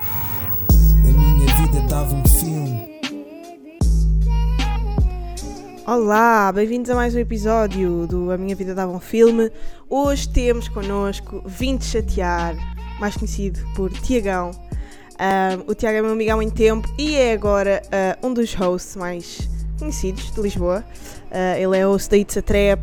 A minha vida dava um filme. Olá, bem-vindos a mais um episódio do A Minha Vida Dava um Filme. Hoje temos connosco Vinte Chatear, mais conhecido por Tiagão. Ahm, o Tiago é meu amigão em tempo e é agora ah, um dos hosts mais conhecidos de Lisboa. Ah, ele é host da It's a Trap,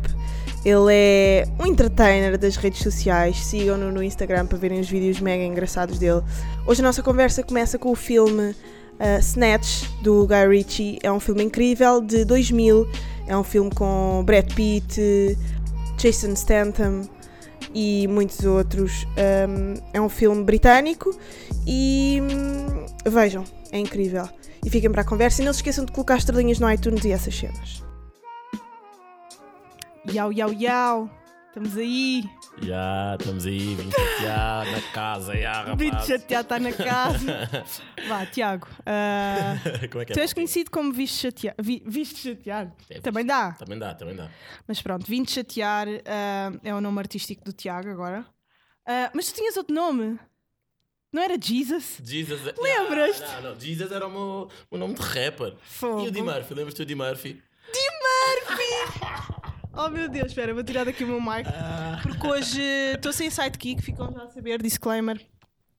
ele é um entertainer das redes sociais. Sigam-no no Instagram para verem os vídeos mega engraçados dele. Hoje a nossa conversa começa com o filme Uh, Snatch, do Guy Ritchie, é um filme incrível, de 2000. É um filme com Brad Pitt, eh, Jason Statham e muitos outros. Um, é um filme britânico e hum, vejam, é incrível. E fiquem para a conversa e não se esqueçam de colocar estrelinhas no iTunes e essas cenas. Yau, yau, yau! Estamos aí! Já, estamos aí, vim chatear na casa, já, O Brito rapaz. chateado está na casa. Vá, Tiago. ah, Como é que é? tu és conhecido como viste chatear. Vi, viste chatear? É, Também dá. Também dá, também dá. Mas pronto, vinte chatear ah, é o nome artístico do Tiago agora. Ah, mas tu tinhas outro nome? Não era Jesus? Jesus... é- Lembras-te? Não, não, não, Jesus era o meu, o meu nome de rapper. Fogo. E o Di Murphy, lembras-te do Di Murphy? é Oh meu Deus, espera, vou tirar daqui o meu mic. Porque hoje estou sem sidekick, ficam já a saber, disclaimer.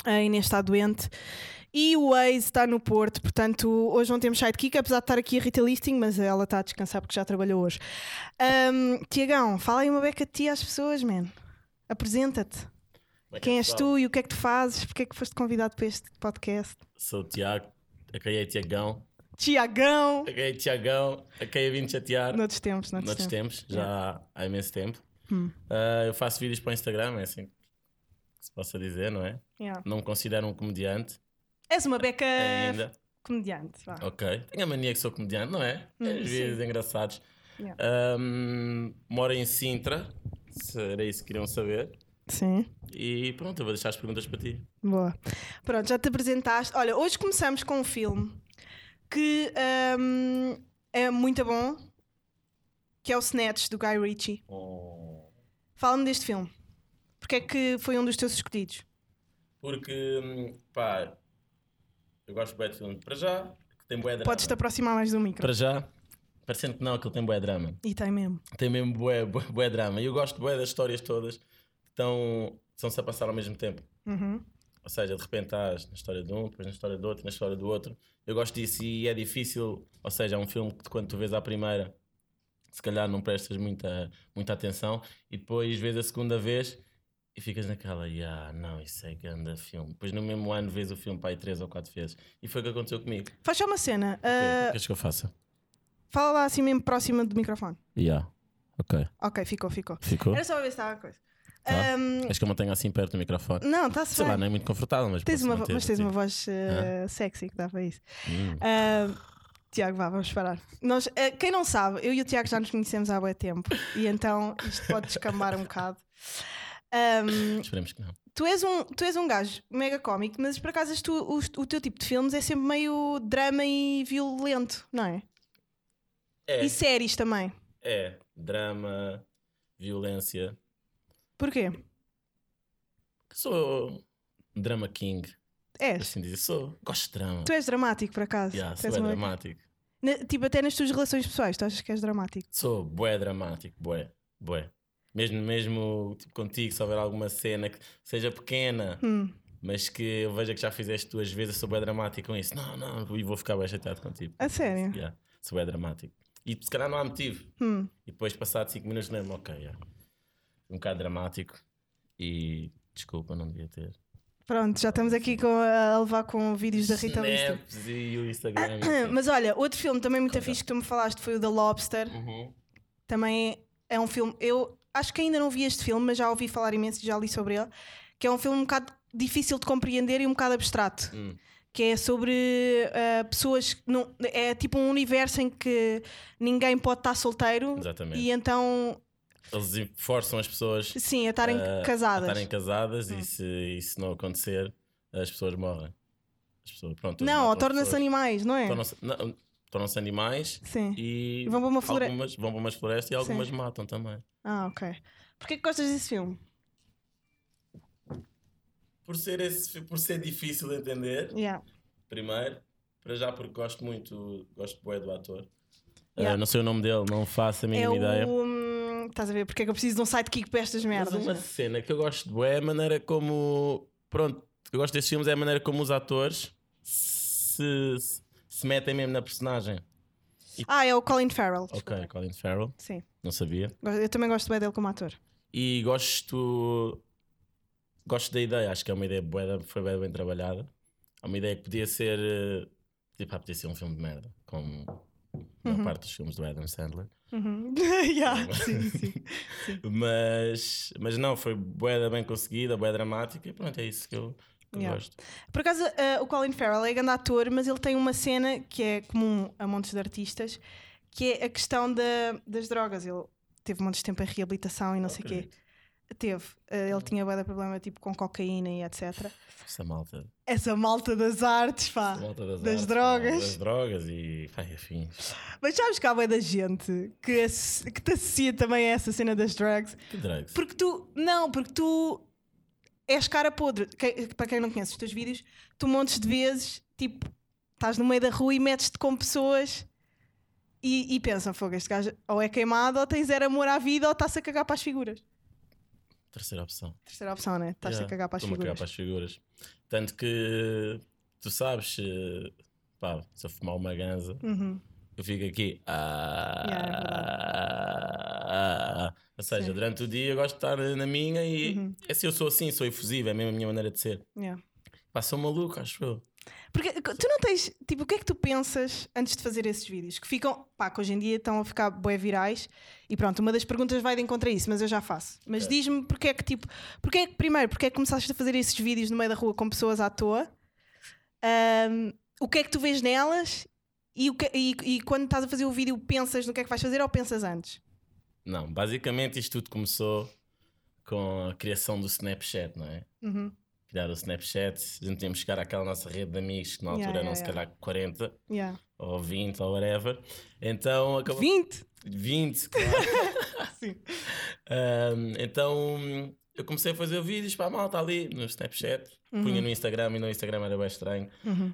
A Inês está doente. E o Waze está no Porto, portanto hoje não temos sidekick, apesar de estar aqui a Rita Listing, mas ela está a descansar porque já trabalhou hoje. Ahm, Tiagão, fala aí uma beca de ti às pessoas, man. Apresenta-te. Como é que é, Quem és pessoal? tu e o que é que tu fazes? Porque é que foste convidado para este podcast? Sou o Tiago, a quem é Tiagão, Tiagão! a quem é Tiagão, a quem é vim chatear. Noutros tempos, noutros Noutros tempos. tempos, já há imenso tempo. Hum. Ah, eu faço vídeos para o Instagram, é assim que se possa dizer, não é? Yeah. Não me considero um comediante És uma beca ainda. comediante. Vá. Ok. Tenho a mania que sou comediante, não é? Hum, Às vezes engraçados. Yeah. Ahm, moro em Sintra, se era isso que queriam saber. Sim. E pronto, eu vou deixar as perguntas para ti. Boa. Pronto, já te apresentaste. Olha, hoje começamos com um filme que hum, é muito bom, que é o Snatch, do Guy Ritchie. Oh. Fala-me deste filme. Porque é que foi um dos teus escolhidos? Porque, hum, pá, eu gosto bem de filme para já, que tem bué drama. Podes-te aproximar mais do micro. Para já, parecendo que não, aquilo tem bué drama. E tem mesmo. Tem mesmo bué, bué, bué drama. E eu gosto bué das histórias todas que estão- estão-se a passar ao mesmo tempo. Uhum. Ou seja, de repente estás na história de um, depois na história do outro, na história do outro. Eu gosto disso e é difícil. Ou seja, é um filme que quando tu vês à primeira, se calhar não prestas muita, muita atenção e depois vês a segunda vez e ficas naquela, ah, não, isso é grande filme. Depois no mesmo ano vês o filme para aí três ou quatro vezes. E foi o que aconteceu comigo. Faz só uma cena. O que é- Ah, o que é que eu faça? Fala lá assim mesmo próxima do microfone. Yeah. Ok, Ok, ficou, ficou. ficou. Era assim. só para ver se estava a coisa. Tá. Hum, Acho que eu mantenho assim perto do microfone. não, está-se Sei lá, bem. não é muito confortável, mas. Tens posso uma, vo- manter, assim? Hum. mas tens uma sim. voz ah, sexy que dá para isso. Ahm, Tiago, vá, vamos parar. Nós, eh, quem não sabe, eu e o Tiago já nos conhecemos há bué tempo e então isto pode descambar um bocado. Ahm, Esperemos que não. tu, és um, tu és um gajo mega cómico, mas por acaso as tu- os- o, teu tipo de filmes é sempre meio drama e violento, não é? É, E séries também. é. Drama, violência. Porquê? Sou um drama king, És. assim dizer. Sou, gosto de drama. É. Tu és dramático, por acaso. Yeah, Tu sou és bué uma- dramático. Na- tipo, até nas tuas relações pessoais, tu achas que és dramático? Sou bué dramático, bué, bué. Mesmo, mesmo tipo, contigo, se houver alguma cena que seja pequena, Hum. mas que eu veja que já fizeste duas vezes, eu sou bué dramático com isso. Não, não, e vou ficar bué chateado contigo. A sério? Yeah, sou bué dramático. E se calhar não há motivo. Hum. E depois, passado 5 minutos, lembro, ok, yeah. um bocado dramático. E desculpa, não devia ter. Pronto, já estamos aqui com- a levar com vídeos da Rita tipo. Lista. Snaps e o Instagram. e assim. Mas olha, outro filme também muito fixe que tu me falaste foi o The Lobster. Uhum. Também é um filme. Eu acho que ainda não vi este filme, mas já ouvi falar imenso e já li sobre ele. Que é um filme um bocado difícil de compreender e um bocado abstrato. Hum. Que é sobre ah, pessoas. que Não, é tipo um universo em que ninguém pode estar solteiro. Exatamente. E então, Eles forçam as pessoas sim, a estarem eh, casadas. Hum. a estarem casadas e, se, e se não acontecer, as pessoas morrem. As pessoas, pronto, não, ou tornam-se animais, não é? animais. tornam-se animais Sim. e E vão para uma flore- algumas vão para umas florestas e algumas matam também. Ah, ok. Porquê que gostas desse filme? Por ser, esse, fi- por ser difícil de entender, Yeah. primeiro, para já porque gosto muito, gosto bué do ator. Yeah. Ah, não sei o nome dele, não faço a É mínima o. ideia. hum, Estás a ver? Porque é que eu preciso de um sidekick para estas Mas merdas? uma cena que eu gosto de bué é a maneira como. Pronto, eu gosto desses filmes, é a maneira como os atores se, se, se metem mesmo na personagem. Ah, é o Colin Farrell. Ok, desculpa. Colin Farrell, Sim. não sabia. Go- Eu também gosto bem dele como ator. E gosto. Gosto da ideia, acho que é uma ideia bué, da- foi bué bem trabalhada. É uma ideia que podia ser. eh, Tipo, ah, podia ser um filme de merda, como a maior parte dos filmes do Adam Sandler. Uhum. yeah, Sim. sim, sim. Mas, mas não, foi bué bem conseguida, bué dramática e pronto, é isso que eu, que eu Yeah. gosto. Por acaso, eh, o Colin Farrell é grande ator, mas ele tem uma cena que é comum a montes de artistas, que é a questão da- das drogas. Ele teve montes de tempo em reabilitação e não sei o quê. Teve. Eh, Uhum. ele tinha bué de problema tipo com cocaína e etc. Essa malta. Essa malta das artes, pá. Malta das, das artes, drogas. Das drogas e pá, e afins. Mas sabes que há bué da gente que, asso- que te associa também a essa cena das drugs. Que drugs. Porque tu, não, porque tu és cara podre. Que- para quem não conhece os teus vídeos, tu montes de vezes, tipo, estás no meio da rua e metes-te com pessoas e, e pensam, fogo, este gajo ou é queimado, ou tem zero amor à vida, ou está-se a cagar para as figuras. Terceira opção. Terceira opção, né? Estás-te Yeah, a cagar para as estou-me a figuras. cagar para as figuras. Tanto que tu sabes, eh, pá, se eu fumar uma ganza, Uhum. eu fico aqui. Ah, Yeah, é ah, ah. ou seja, Sim. Uhum. durante o dia eu gosto de estar na minha e é assim, eu sou assim, sou efusivo, é mesmo a minha maneira de ser. Yeah. Pá, sou maluco, acho eu. Porque tu não tens, tipo, o que é que tu pensas antes de fazer esses vídeos? Que ficam, pá, que hoje em dia estão a ficar bué virais e pronto, uma das perguntas vai de encontro a isso, mas eu já faço. Mas diz-me porque é que, tipo, porque é que, primeiro, porque é que começaste a fazer esses vídeos no meio da rua com pessoas à toa? Ahm, o que é que tu vês nelas? E, o que- e- e quando estás a fazer o vídeo, pensas no que é que vais fazer ou pensas antes? Não, basicamente isto tudo começou com a criação do Snapchat, não é? Uhum. criar o Snapchat, a gente tínhamos que chegar àquela nossa rede de amigos que na Yeah, altura eram yeah, se calhar 40 Yeah. ou 20 ou whatever. Então acabou. 20? 20, claro. Sim. Ahm, então eu comecei a fazer vídeos para a malta ali no Snapchat. Uhum. Punha no Instagram e no Instagram era bem estranho.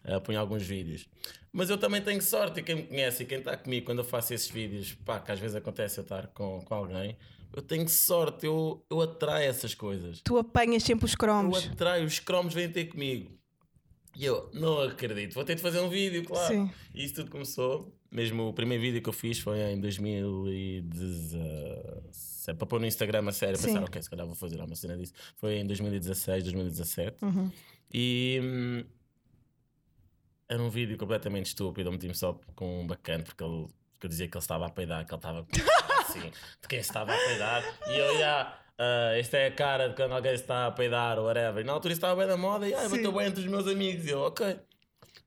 Ah, punha alguns vídeos. Mas eu também tenho sorte, e quem me conhece e quem está comigo quando eu faço esses vídeos, pá, que às vezes acontece eu estar com, com alguém, eu tenho sorte, eu, eu atraio essas coisas. Tu apanhas sempre os Eu cromos. atraio, os cromos vêm ter comigo. E eu, não acredito, vou ter de fazer um vídeo, claro. Sim. E isso tudo começou. Mesmo o primeiro vídeo que eu fiz foi em 2017. Para pôr no Instagram a sério, Sim. pensar, ok, se calhar vou fazer alguma cena disso. Foi em 2016, 2017. Uhum. E. hum, era um vídeo completamente estúpido. Eu meti-me só com um bacana, porque ele, porque eu dizia que ele estava a peidar, que ele estava com- assim, de quem estava a peidar. E eu, já, ah, esta é a cara de quando alguém está a peidar, ou whatever. E na altura isso estava bem da moda, e "Ah, ai, bateu bem entre os meus amigos. E eu, ok,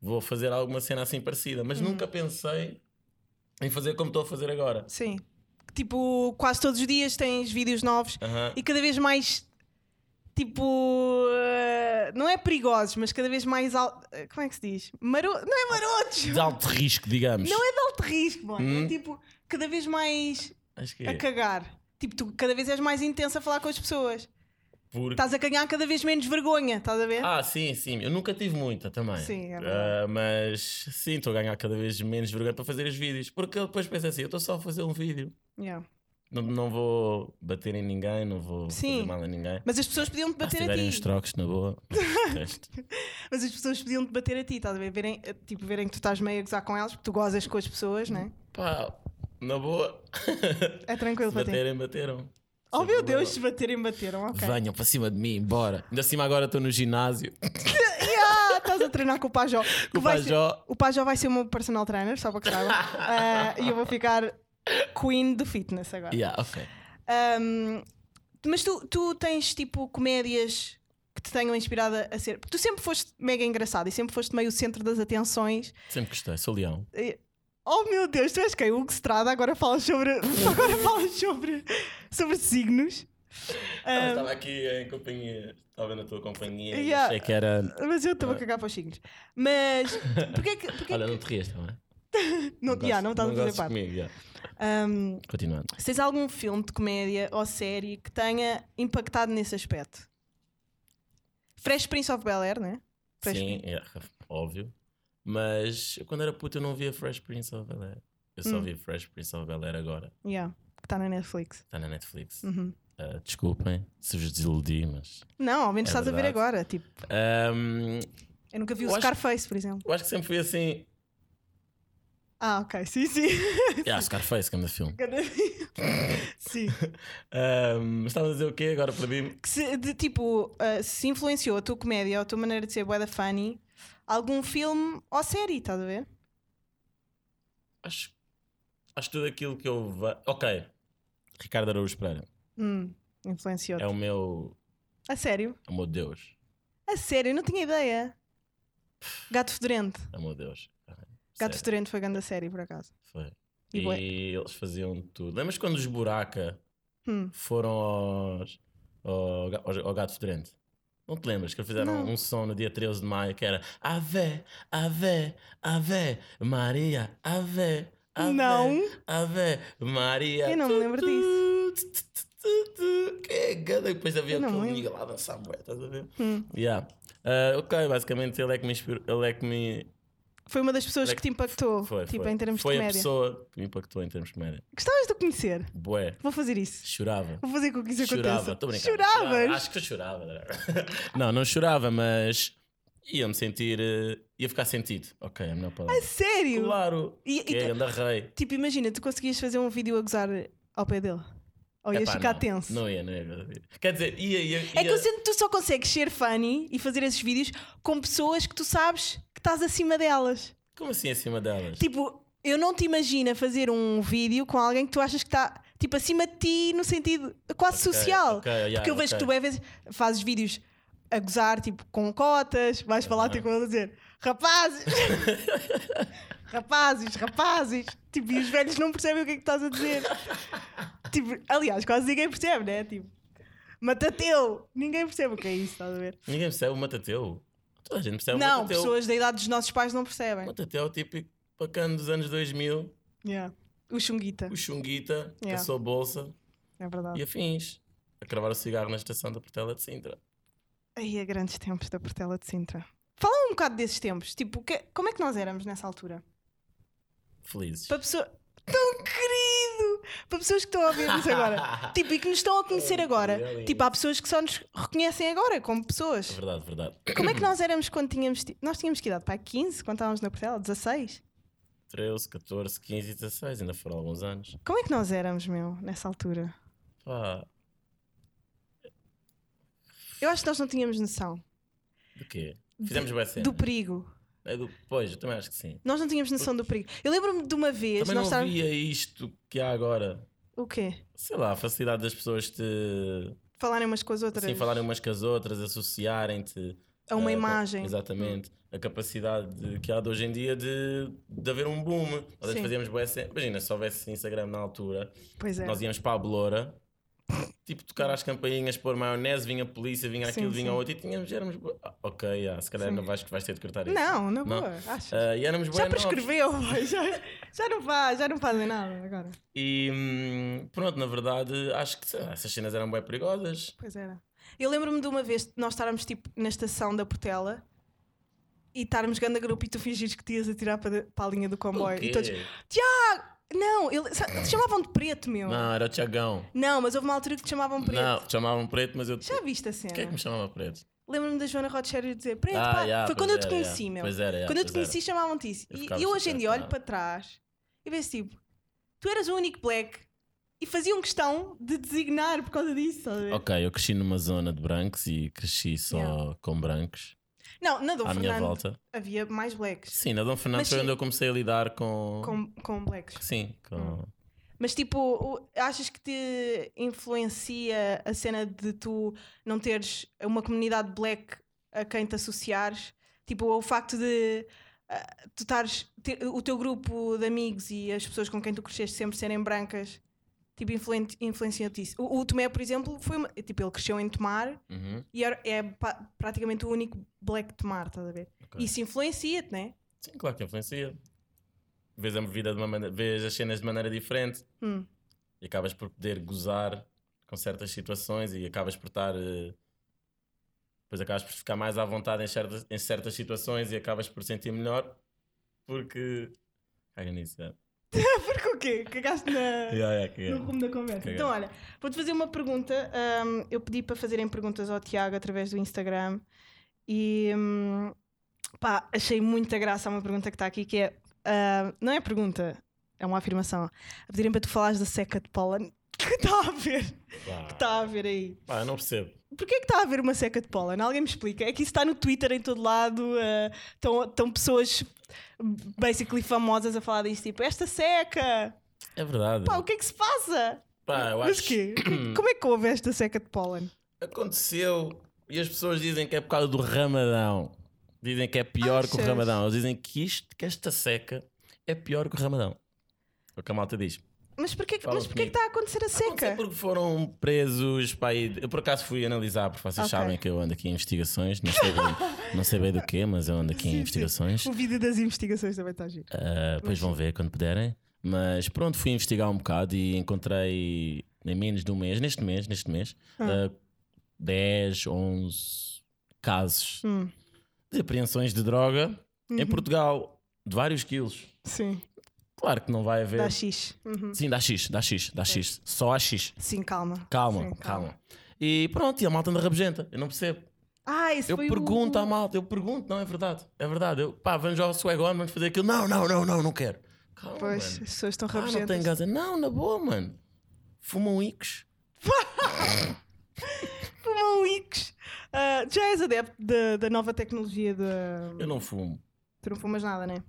vou fazer alguma cena assim parecida. Hum. Mas nunca pensei em fazer como estou a fazer agora. Sim. Tipo, quase todos os dias tens vídeos novos Aham. e cada vez mais tipo eh, não é perigosos, mas cada vez mais al- eh, como é que se diz? Maro... Não é marotos. De alto risco, digamos. Não é de alto risco, mano. Hum. É tipo cada vez mais Acho que a é. cagar. Tipo, tu cada vez és mais intensa a falar com as pessoas. Porque- Estás a ganhar cada vez menos vergonha, estás a ver? Ah, sim, sim. Eu nunca tive muita também. Sim, é verdade. Ah, Mas sim, estou a ganhar cada vez menos vergonha para fazer os vídeos. Porque eu depois penso assim, eu estou só a fazer um vídeo. Yeah. Não, não vou bater em ninguém, não vou Sim. fazer mal a ninguém. Mas as pessoas podiam te Ah, se bater a tiverem ti. uns trocos, na boa. mas de resto, Mas as pessoas podiam te bater a ti, estás a ver? Verem, eh, tipo, verem que tu estás meio a gozar com elas, porque tu gozas com as pessoas, né? Pá, na boa. É tranquilo Se para ti. baterem, bateram. Oh Sem meu problema. Deus, se baterem, bateram, ok. Venham para cima de mim, bora. Ainda cima agora estou no ginásio. Ah, estás a treinar com o Pajó. Que vai ser- Pajó. o Pajó vai ser o meu personal trainer, só para que saiba. Ah, E eu vou ficar queen do fitness agora. yeah, ok. Ahm, mas tu, tu tens tipo comédias que te tenham inspirado a ser. Porque tu sempre foste mega engraçado e sempre foste meio o centro das atenções. Sempre gostei, sou leão. E- Oh meu Deus, tu és quem? Hugo Strada, agora falas sobre. Agora falas sobre. sobre signos. Ah, Estava aqui em companhia, estava na tua companhia. Yeah. Achei que era. Mas eu estou a cagar para os signos. Mas. Porquê que. Porquê Olha, que- não te rias também. Não, yeah, não estás a fazer gostes parte. comigo, yeah. Um, Continuando. se tens algum filme de comédia ou série que tenha impactado nesse aspecto? Fresh Prince of Bel Air, né? Fresh Sim, yeah, óbvio. Mas eu, quando era puto eu não via Fresh Prince of Bel Air. Eu Hum. só vi Fresh Prince of Bel Air agora. Yeah, que está na Netflix. Está na Netflix. Uhum. Ah, desculpem se vos desiludi, mas. Não, ao menos É estás a ver verdade. agora. Tipo, Ahm, eu nunca vi o Eu acho- Scarface, por exemplo. eu acho que sempre fui assim. Ah, ok, sim, sim. Yeah, Scarface, grande filme. sim. Ahm, mas estava a dizer o quê? Agora perdi-me. Que se, de, tipo, uh, se influenciou a tua comédia ou a tua maneira de ser bué da funny, algum filme ou série, estás a ver? Acho, acho tudo aquilo que eu. va- Ok. Ricardo Araújo Pereira. Hum, influenciou-te. É o meu. A sério? É o meu Deus. A sério, eu não tinha ideia. Gato Fedorento. É o meu Deus. Gato Sério, Fedorento foi grande a série, por acaso. Foi. E E, bué. eles faziam tudo. Lembras quando os Buraca Hum. foram aos, ao, ga- ao, ao Gato Fedorento? Não te lembras que eles fizeram um som no dia 13 de maio que era Ave, Ave, Ave, Maria, Ave, Ave, Não. Ave, Maria. Eu não me lembro disso. Que é ganda. E depois havia Eu não me aquele lembro. Hum. nigga lá a dançar, bué, estás a ver? Yeah. Ah, ok, basicamente ele é que me inspirou, ele é que me Foi uma das pessoas Like, que te impactou, Foi, tipo, foi. em termos foi de comédia. a pessoa que me impactou em termos de comédia. Gostavas de o conhecer? Bué, Vou fazer isso. chorava. Vou fazer com que isso Chorava, aconteça. estou brincando. Chorava, Choravas? Acho que eu chorava. é? não, não chorava, mas ia-me sentir. eh, ia ficar sentido. Ok, é a melhor palavra. A sério? Claro! E- e- que é, anda rei. Tipo, imagina, tu conseguias fazer um vídeo a gozar ao pé dele. Ou ias Epá, Oh, ficar não, tenso. Não ia, não ia. Quer dizer, ia, ia. É que ia- eu sinto que tu só consegues ser funny e fazer esses vídeos com pessoas que tu sabes que estás acima delas. Como assim acima delas? Tipo, eu não te imagino a fazer um vídeo com alguém que tu achas que está tipo acima de ti no sentido quase Ok, é social. ok, yeah, Porque eu vejo ok. que tu é vezes fazes vídeos a gozar tipo com cotas, vais falar tipo a dizer rapazes, rapazes, rapazes. Tipo, e os velhos não percebem o que é que estás a dizer. tipo, aliás, quase ninguém percebe, né? Tipo, matateu! Ninguém percebe o que é isso, estás a ver? Ninguém percebe o Matateu. Toda a gente percebe É o não, Matateu. pessoas da idade dos nossos pais não O percebem. Matateu é o típico bacana dos anos 2000. Yeah. O chunguita, O Xunguita, Yeah. a sua bolsa. é verdade. E afins. A cravar o cigarro na estação da Portela de Sintra. Aí, a é grandes tempos da Portela de Sintra. Fala um bocado desses tempos. Tipo, que- como é que nós éramos nessa altura? Felizes. Para pessoas. Tão querido! Para pessoas que estão a ouvir-nos agora. tipo, e que nos estão a É Oh, conhecer agora. Really? Tipo, há pessoas que só nos reconhecem agora como pessoas. Verdade, verdade. Como é que nós éramos quando tínhamos. ti- Nós tínhamos que idade? Pá, 15 quando estávamos na Portela? 16? 13, 14, 15 e 16, ainda foram alguns anos. Como é que nós éramos, meu, nessa altura? Pá, Eu acho que nós não tínhamos noção do quê? Fizemos bem cenas. do perigo. É do- Pois, eu também acho que sim. Nós não tínhamos noção do perigo. Eu lembro-me de uma vez. Também não nós estávamos- via isto que há agora. O quê? Sei lá, a facilidade das pessoas te Falarem umas com as outras. assim, falarem umas com as outras, associarem-te A uma eh, com- imagem. Exatamente. A capacidade de- que há de hoje em dia de, de haver um boom. Nós às Sim. vezes fazíamos bué cenas. Imagina, se houvesse Instagram na altura, Pois é. Nós íamos para a Beloura, tipo, tocar às campainhas, pôr maionese, vinha a polícia, vinha Sim, aquilo, vinha sim. outro, e tínhamos, éramos. bué- Ah, ok, ah, se calhar não vais, vais ter de cortar isso. Não, na boa, Não. achas? Ah, e éramos já bué novos. prescreveu, boy, já, já não faz, já não fazem nada agora. E hum, pronto, na verdade, acho que sei lá, essas cenas eram bem perigosas. Pois era. Eu lembro-me de uma vez nós estarmos tipo na estação da Portela e estarmos grande grupo e tu fingires que te ias atirar para, para a linha do comboio. O quê? E todos, Tiago! Não, ele, sa- te chamavam de preto, meu. Não. Não, era o Tiagão. mas houve uma altura que te chamavam Um preto. Não, te chamavam preto, mas eu. Já viste a cena? Quem é que me chamava preto? Lembro-me da Joana Rochero dizer preto, Ah, pá. yeah, Foi pois quando eu te era, conheci, yeah. meu. Pois era, yeah, quando eu te pois era. conheci, chamavam-te isso. Eu E ficava eu hoje em chateado, dia olho ah. para trás e vejo tipo, tu eras o único black e faziam questão de designar por causa disso, estás a ver? Ok, eu cresci numa zona de brancos e cresci só Yeah. com brancos Não, na Dom à minha Fernando volta. havia mais blacks Sim, na Dom Fernando Mas foi sim. onde eu comecei a lidar com. com, com blacks. Sim, com. Mas tipo, o- achas que te influencia a cena de tu não teres uma comunidade black a quem te associares? Tipo, o facto de ah, tu estares, ter- o teu grupo de amigos e as pessoas com quem tu cresceste sempre serem brancas, tipo, influen- influencia-te isso. O, o Tomé, por exemplo, foi uma- tipo, ele cresceu em Tomar Uhum. e era- é pa- praticamente o único black de Tomar, estás a ver? Ok. Isso influencia-te, né? Sim, claro que influencia. vês a vida de uma maneira, vês as cenas de maneira diferente Hum. e acabas por poder gozar com certas situações e acabas por estar. eh, Depois acabas por ficar mais à vontade em certas, em certas situações e acabas por sentir melhor porque. Caga nisso, é. Porque o quê? Cagaste na... Yeah, yeah, caguei. no rumo da conversa. Caguei. Então, olha, vou-te fazer uma pergunta. Ahm, eu pedi para fazerem perguntas ao Tiago através do Instagram e hum, pá, achei muita graça a uma pergunta que está aqui que é. ah, não é pergunta, é uma afirmação. A pedirem para tu falares da seca de pólen. Que está a haver? Pá, Que está a haver aí? pá, eu não percebo. Porquê que está a haver uma seca de pólen? Alguém me explica. É que isso está no Twitter em todo lado. ah, Estão estão pessoas basically famosas a falar disto. Tipo, esta seca! É verdade. Pá, o que é que se passa? Pá, eu Mas acho quê? Como é que houve esta seca de pólen? Aconteceu e as pessoas dizem que é por causa do Ramadão. Dizem que é pior que o Achas? Ramadão. Eles dizem que isto, que esta seca é pior que o Ramadão. É O que a malta diz. Mas porquê, que- Fala mas porquê que comigo. está a acontecer a Aconteceu seca? porque foram presos para aí. Eu por acaso fui analisar, porque vocês Ok. sabem que eu ando aqui em investigações. Não sei bem, não sei bem do quê, mas eu ando aqui Sim, em sim. investigações. O vídeo das investigações também está giro. Ah, depois vão ver quando puderem. Mas pronto, fui investigar um bocado e encontrei em menos de um mês, neste mês, neste mês, ah, 10, 11 casos Hum. de apreensões de droga Uhum. em Portugal, de vários quilos. Sim, Claro que não vai haver. dá X. Uhum. Sim, dá X, dá X, dá X. Só há X. Sim, calma. Calma, Sim, calma, E pronto, e a malta anda rabugenta. Eu não percebo. Ah, esse Eu foi o- pergunto à malta, eu pergunto, não é verdade. É verdade. Eu, pá, vamos ao swag on, vamos fazer aquilo. Não, não, não, não, não quero. Calma, Pois, as mano. pessoas estão Ah, não tem rabugentas. gás. Não, na boa, mano. Fumam icos. Fumam Icos. Ah, já és adepto da, da nova tecnologia da. Eu não fumo. Tu não fumas nada, né?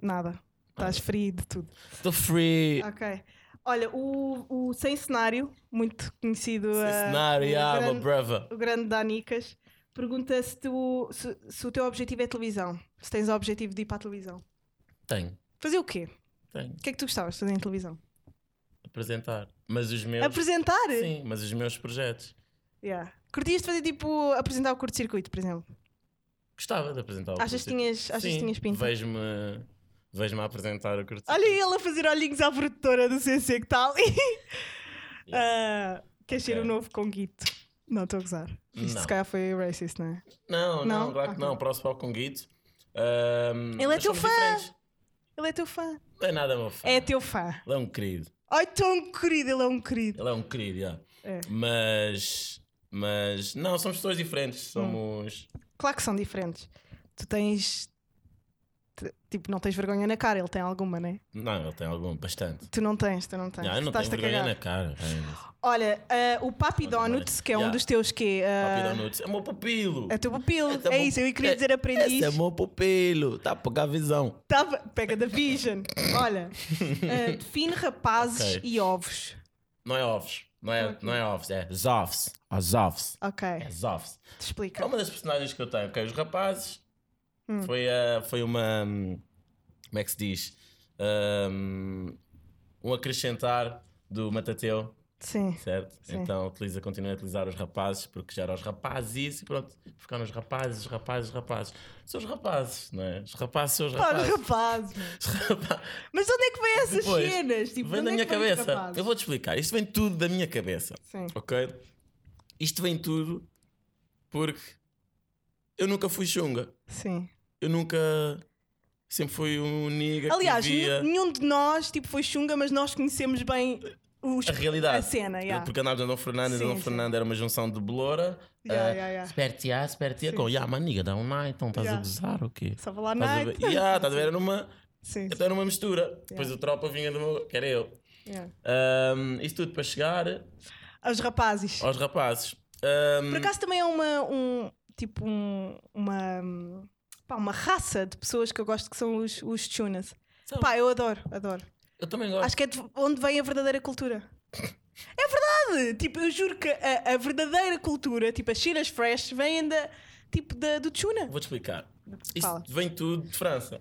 Nada. Estás frio de tudo. Estou free. Ok. Olha, o, o Sem Cenário, muito conhecido. Esse ah, cenário, o yeah, my grande- brother. o grande Danicas, pergunta se, tu, se, se o teu objetivo é televisão. Se tens o objetivo de ir para a televisão. Tenho, Fazer o quê? tenho. O que é que tu gostavas de fazer em televisão? Apresentar. Mas os meus. Apresentar? Sim, mas os meus projetos. Yeah. Curtias de fazer tipo apresentar o curto-circuito, por exemplo? Gostava de apresentar o Achas que curto-circuito. tinhas, achas que Sim, tinhas pinta? Vejo-me vejo a apresentar o curto Olha ele a fazer olhinhos à produtora do CC que está ali. Ah, quer ser o Ok. novo Conguito? Não, estou a gozar. Isto Não. se calhar foi racist, não é? Não, não, Não? claro que Ok. não. Próximo ao Conguito. Ahm, Ele é mas teu somos fã. diferentes. Ele é teu fã. Não é nada meu fã. É teu fã. Ele é um querido. Ai, tão querido, ele é um querido. Ele é um querido, yeah. É. Mas. Mas. Não, somos pessoas diferentes. Hum. Somos. Claro que são diferentes. Tu tens. t- Tipo, não tens vergonha na cara, ele tem alguma, né? Não, ele tem algum, bastante. Tu não tens, tu não tens. Ah, eu não tenho Estás-te Tá. a vergonha na cagar. cara. é Olha, eh, o Papi Olha, Donuts, que é um yeah. dos teus quê? Eh, Papi Donuts. É o meu pupilo. é teu pupilo. Esse É meu- isso, eu queria é- dizer aprendiz. Esse é o meu pupilo. Está a pegar a visão. Tava- Pega da Vision. Olha, eh, define rapazes Ok. e ovos. Não é ovos. Não é, não é ovos. É zovs. Os ovos. Ok, É zovs. te explica. É uma das personagens que eu tenho, ok? Os rapazes Hum. foi, a, foi uma. hum, Como é que se diz? Hum, Um acrescentar do Matateu, Sim. certo? Então utiliza, continua a utilizar os rapazes, porque já era os rapazes e pronto, ficaram os rapazes, os rapazes, os rapazes. São os rapazes, não é? Os rapazes são os Pá, rapazes. rapazes. meu. Os rapazes. Mas de onde é que vem essas Depois, cenas? Tipo, de vem onde da é minha que vem os cabeça. rapazes? Eu vou te explicar. Isto vem tudo da minha cabeça. Sim. Ok? Isto vem tudo porque eu nunca fui chunga. Sim. Eu nunca. Sempre fui um nigga Aliás, que nenhum- via nenhum de nós tipo, foi chunga, mas nós conhecemos bem os- a realidade. a cena. yeah. Porque andava de Adão Fernandes, Sim, Adão sim. Fernandes era uma junção de Blora. Yeah, eh, yeah, yeah. Espertear, espertear. Sim. Com, yeah, mas nigga, dá um night, então estás Yeah. a gozar ou quê? Só falar Estás a night. ver? Yeah, estás a ver? Era uma, Sim, sim, então era uma mistura. Depois o tropa vinha do meu. que era eu. yeah. Ahm, isso tudo para chegar Aos rapazes. aos rapazes. Ahm, Por acaso também é uma. um- tipo, um- uma. hum, pá, uma raça de pessoas que eu gosto que são os, os chunas. São. Pá, eu adoro, adoro. Então, eu também gosto. Acho que é de onde vem a verdadeira cultura. É verdade! Tipo, eu juro que a, a verdadeira cultura, tipo, as cenas fresh, vêm da, tipo, da, do chuna. Vou-te explicar. Isso Fala. vem tudo de França.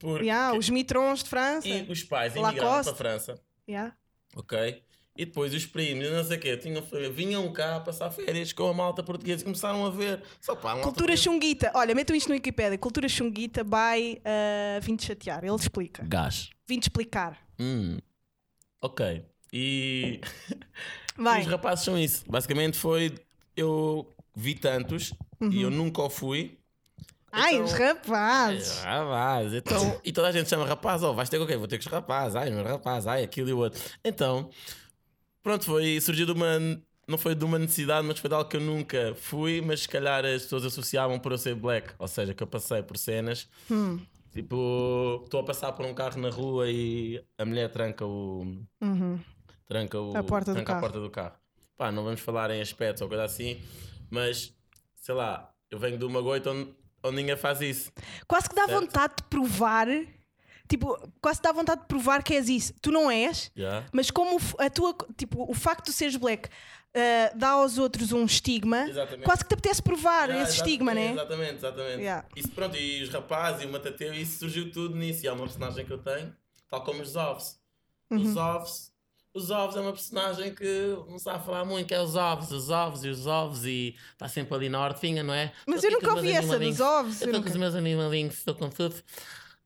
Porque Yeah, os mitrons de França. e os pais emigraram para a Lacoste. França. Yeah. Ok? E depois os primos, não sei o quê, tinham, vinham cá passar férias com a malta portuguesa e começaram a ver. Só pá, a malta É Cultura Xunguita. Olha, metam isto no Wikipedia. Cultura Xunguita by ah, Vinte Chatear. Ele explica. Gás. Vinte explicar. Hum. Ok. E Vai. os rapazes são isso. Basicamente foi. Eu vi tantos e eu nunca o fui. Ai, Então- os rapazes. Rapaz, então. E toda a gente chama rapaz, ó, vais ter com quem? Vou ter com os rapazes, ai, meu rapaz, ai, aquilo e o outro. Então, pronto, foi. Surgiu de uma. Não foi de uma necessidade, mas foi de algo que eu nunca fui, mas se calhar as pessoas associavam por eu ser black. Ou seja, que eu passei por cenas. Hum, Tipo, estou a passar por um carro na rua e a mulher tranca o Uhum. tranca, o, A porta do tranca carro. a porta do carro. Pá, não vamos falar em aspectos ou coisa assim, mas sei lá, eu venho de uma goita onde, onde ninguém faz isso. Quase que dá vontade de provar. Tipo, quase dá vontade de provar que és isso. Tu não és, Yeah? mas como o f- a tua, tipo, o facto de seres black ah, dá aos outros um estigma, Exatamente. Ah, quase que te apetece provar Yeah, esse exata- estigma, né? Exatamente, exatamente. Yeah. Isso pronto, e os rapazes e o Matateu, isso surgiu tudo nisso. E há uma personagem que eu tenho, tal como os ovos. Uhum. Os ovos. Os ovos é uma personagem que não sabe falar muito, que é os ovos, os ovos e os ovos, e está sempre ali na hortinha, não é? Mas Tô eu aqui nunca com os ouvi meus essa dos animalinhos. ovos. Eu eu estou com os nunca- meus animalinhos, estou com tudo.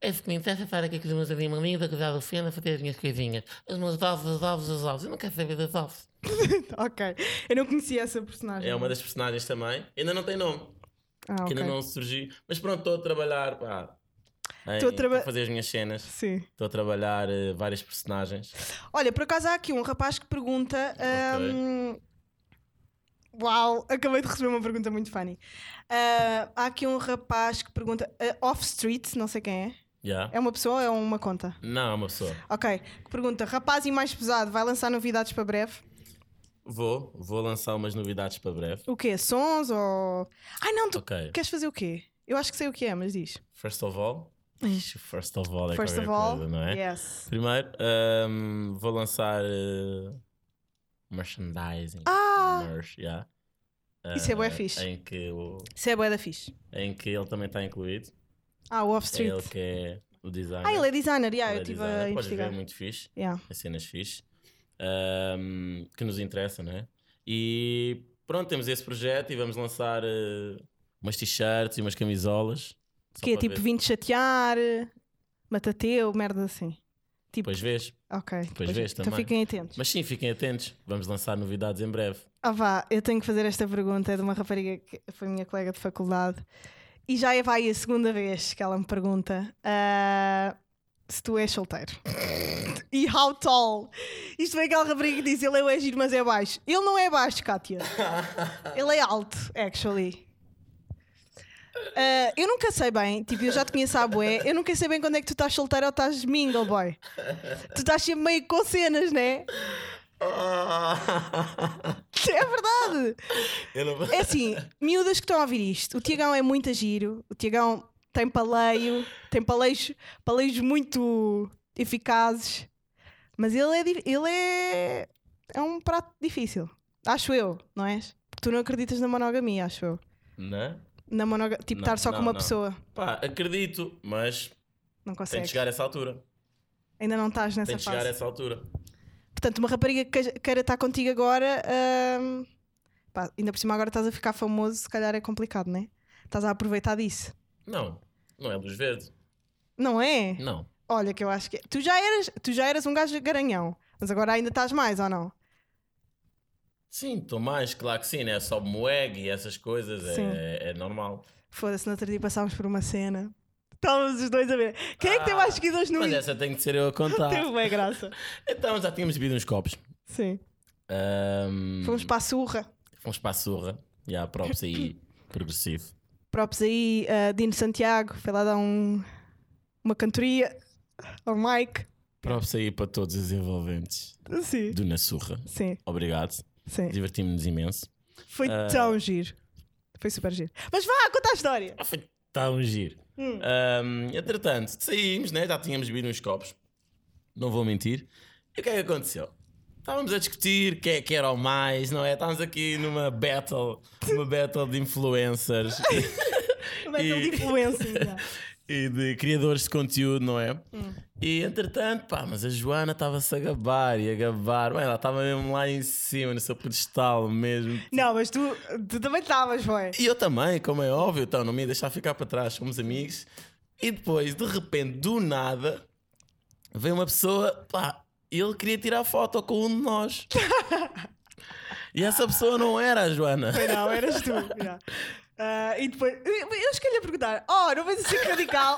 É isso que me interessa, estar aqui com os meus animalinhos, a cuidar do cena, a fazer as minhas coisinhas. Os meus ovos, os ovos, os ovos. Eu não quero saber dos ovos. Ok. Eu não conhecia essa personagem. É uma das personagens também. Ainda não tem nome, Ah, que ok. ainda não surgiu. Mas pronto, estou a trabalhar, pá. em- Estou a traba- a fazer as minhas cenas. Sim. Estou a trabalhar eh, várias personagens. Olha, por acaso há aqui um rapaz que pergunta. hum, Uau, acabei de receber uma pergunta muito funny. Ah, há aqui um rapaz que pergunta. ah, off Street, não sei quem é. Já? É uma pessoa ou é uma conta? Não, é uma pessoa. Ok. Que pergunta: rapaz e mais pesado, vai lançar novidades para breve? Vou, vou lançar umas novidades para breve. O quê? Sons ou. Ai não, tu Ok. queres fazer o quê? Eu acho que sei o que é, mas diz. First of all. Ixi, First of all é First qualquer of all, coisa, não é? yes. Primeiro, ahm, vou lançar eh, merchandising. Ah! merch, yeah. Isso é bué Eh, fixe. Em que, o- Isso é boa da fixe. em que ele também está incluído. Ah, o Off É Street. ele que é o designer. Ah, ele é designer, yeah, Ele eu é estive a designer. Podes ver, investigar. é muito fixe. Yeah. as cenas fixe ahm, que nos interessam, não é? E pronto, temos esse projeto e vamos lançar eh, umas t-shirts e umas camisolas. Só Que é para tipo ver. vim te chatear, matateu, merda assim. Tipo, Depois vês. ok. depois vês então também. fiquem atentos. Mas sim, fiquem atentos. Vamos lançar novidades em breve. Ah vá, eu tenho que fazer esta pergunta, é de uma rapariga que foi minha colega de faculdade e já é vai a segunda vez que ela me pergunta ah, se tu és solteiro. e how tall? Isto é aquela rapariga que diz ele é giro, mas é baixo. Ele não é baixo, Kátia. Ele é alto, actually. Ah, eu nunca sei bem, tipo, eu já te conheço à bué, eu nunca sei bem quando é que tu estás solteiro ou estás mingle boy. Tu estás sempre meio com cenas, né? É verdade! Ah! Eu não- É assim, miúdas que estão a ouvir isto, o Tiagão é muito giro, o Tiagão tem paleio, tem paleios, paleios muito eficazes, mas ele é, di- ele é, é um prato difícil, acho eu, não és? Porque tu não acreditas na monogamia, acho eu. Não é? Na monoga tipo, Não, estar só não, com uma não. pessoa, Pá, acredito, mas não tem de consegues. chegar a essa altura. Ainda não estás nessa Tem de chegar fase. a essa altura. Portanto, uma rapariga que queira estar contigo agora, hum, pá, ainda por cima agora estás a ficar famoso, se calhar é complicado, não é? Estás a aproveitar disso. Não, não é luz verde. Não é? Não. Olha, que eu acho que. Tu já eras, tu já eras um gajo garanhão, mas agora ainda estás mais ou não? Sim, estou mais, claro que sim, né? Só moeg e essas coisas, é- Sim. é normal. Foda-se, no outro dia passámos por uma cena. Estávamos os dois a ver. Quem é que Ah, tem mais seguidores no Mas Insta? essa tem que ser eu a contar. Teve bem graça. Então já tínhamos bebido uns copos. Sim. Ahm, Fomos para a surra. fomos para a surra. E há props aí, progressivo. Props aí, uh, Dino Santiago, foi lá dar um, uma cantoria ao Mike. Props aí para todos os envolventes Sim. do Na Surra. Sim, Obrigado. sim. Divertimos-nos imenso. Foi Ah. tão giro. Foi super giro. Mas vá, conta a história. Ah, foi tão giro. Ahm, entretanto, saímos, né? já tínhamos bebido uns copos. Não vou mentir. E o que é que aconteceu? Estávamos a discutir quem é que era o mais, não é? Estávamos aqui numa battle, uma battle de influencers. Como é que E- ele influencia? e de criadores de conteúdo, não é? Hum. E entretanto, pá, mas a Joana estava-se a gabar e a gabar. Bem, ela estava mesmo lá em cima, no seu pedestal mesmo. Não, mas tu, tu também estavas, boy. E eu também, como é óbvio, então não me ia deixar ficar para trás, somos amigos. E depois, de repente, do nada, vem uma pessoa, pá, ele queria tirar foto com um de nós. e essa pessoa não era a Joana. Não, eras tu. já. Ah, e depois. Eu escolhi a perguntar: Oh, não vais ser radical?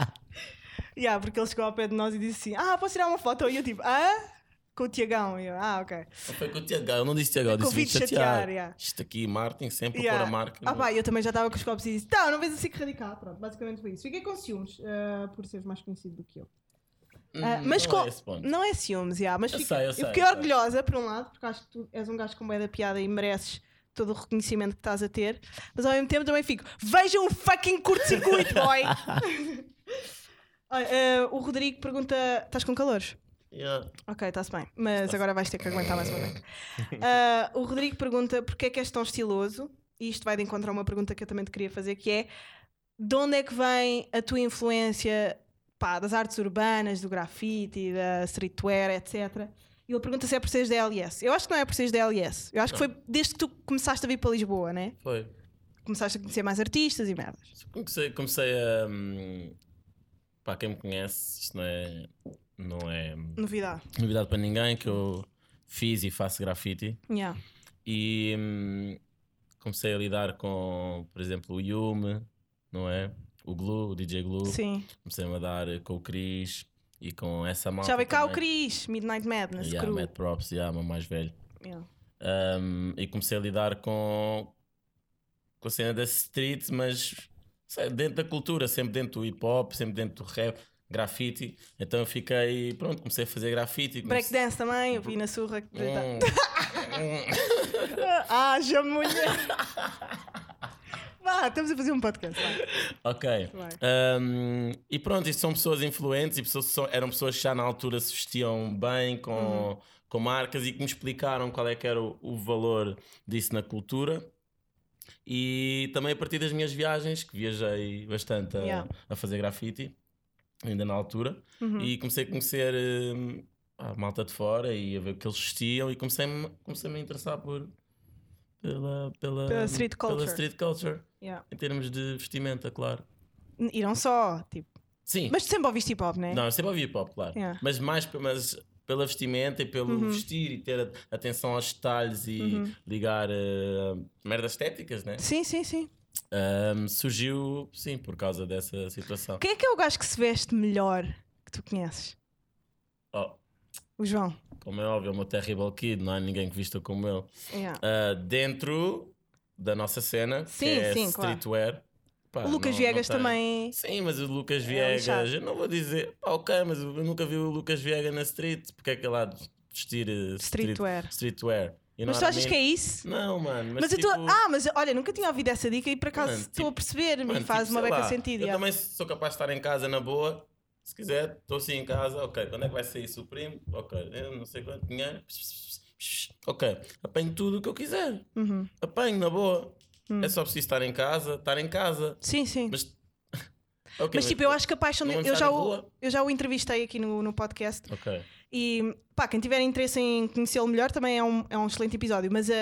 yeah, porque ele chegou ao pé de nós e disse assim: Ah, posso tirar uma foto? E eu tipo: Hã? Com o Tiagão. E eu, ah, ok. Não foi com o Tiago, eu não disse Tiago, eu disse Convite vim chatear. chatear, yeah. Isto aqui, Martin, sempre Yeah. pôr a marca. né? Ah, no- pá, eu também já estava com os copos e disse: Não, não vais assim que radical. Pronto, basicamente foi isso. Fiquei com ciúmes ah, por seres mais conhecido do que eu. Ah, Hum, mas não com- é esse ponto. não é ciúmes, yeah, mas Eu fica- sei, eu eu, sei, fiquei eu sei. orgulhosa, por um lado, porque acho que tu és um gajo com bué da piada e mereces todo o reconhecimento que estás a ter, mas ao mesmo tempo também fico, veja um fucking curto-circuito, boy! Olha, eh, o Rodrigo pergunta: estás com calores? Yeah. Ok, está-se bem, mas agora vais ter que aguentar mais uma vez. Ah, o Rodrigo pergunta: porquê é que és tão estiloso? E isto vai de encontrar uma pergunta que eu também te queria fazer, que é: de onde é que vem a tua influência pá, das artes urbanas, do grafite, da streetwear, etc. E ele pergunta se é por seres da LS. Eu acho que não é por seres da LS. Eu acho que foi desde que tu começaste a vir para Lisboa, né? Foi. Começaste a conhecer mais artistas e merdas. Comecei, comecei a. hum, Pá, quem me conhece, isto não é. Não é Novidade. novidade para ninguém que eu fiz e faço grafite. Yeah. E hum, comecei a lidar com, por exemplo, o Yume, não é? O Glue, o DJ Glue. Sim. Comecei-me a dar com o Chris e com essa malta. Já veio cá o também. Cris, Midnight Madness, Yeah, cru. Mad Props, yeah, meu mais velho. Yeah. Um, e comecei a lidar com, com a cena da street, mas sei, dentro da cultura, sempre dentro do hip hop, sempre dentro do rap, graffiti. Então eu fiquei, pronto, comecei a fazer graffiti. comecei- Breakdance também, eu vi na surra que Hum, Haja mulher! Vá, estamos a fazer um podcast. vá. Hum, ok. Vai. Um, e pronto, isso são pessoas influentes e pessoas, que são- eram pessoas que já na altura se vestiam bem com, Uhum. com marcas e que me explicaram qual é que era o, o valor disso na cultura. E também a partir das minhas viagens, que viajei bastante a, Yeah. Uhum. a fazer grafite, ainda na altura, e comecei a conhecer hum, a malta de fora e a ver o que eles vestiam e comecei-me comecei a interessar por pela, pela, Pela street culture. pela street culture, Yeah. em termos de vestimenta, claro. E não só, tipo. Sim, Mas tu sempre ouviste hip hop, né? não, eu sempre ouvi hip hop, claro. Yeah. Mas mais pe- mas pela vestimenta e pelo Uhum. vestir e ter a- atenção aos detalhes e ligar eh, merdas estéticas, né? Sim, sim, sim. Ahm, surgiu, sim, por causa dessa situação. Quem é que é o gajo que se veste melhor que tu conheces? Oh, O João. como é óbvio, é o meu terrible kid, não há ninguém que vista como ele. Yeah. Ah, dentro da nossa cena, Sim, que é sim, claro. streetwear. Pá, o Lucas não- não Viegas tem- também. Sim, mas o Lucas É Viegas, lixado. eu não vou dizer, pá, ok, mas eu nunca vi o Lucas Viegas na street, porque é que ele há de vestir eh, street- Streetwear. streetwear. Mas You tu know what I achas mean? que é isso? Não, mano, mas, Mas eu tipo, tô- Ah, mas olha, nunca tinha ouvido essa dica e por acaso Mano, estou a tipo- perceber, me mano, faz tipo, uma sei beca lá, sentido. Eu yeah. também sou capaz de estar em casa na boa, se quiser, estou assim em casa, ok, quando é que vai sair isso o primo? Ok, eu não sei quanto dinheiro, ok, apanho tudo o que eu quiser, Uhum. apanho na boa, Hum. é só preciso estar em casa, estar em casa, Sim, sim. Mas, mas... Ok, tipo, eu acho que a paixão. não dele- vamos Eu estar já, na o, rua? eu já o entrevistei aqui no, no podcast Ok. E pá, quem tiver interesse em conhecê-lo melhor também é um, é um excelente episódio. Mas a,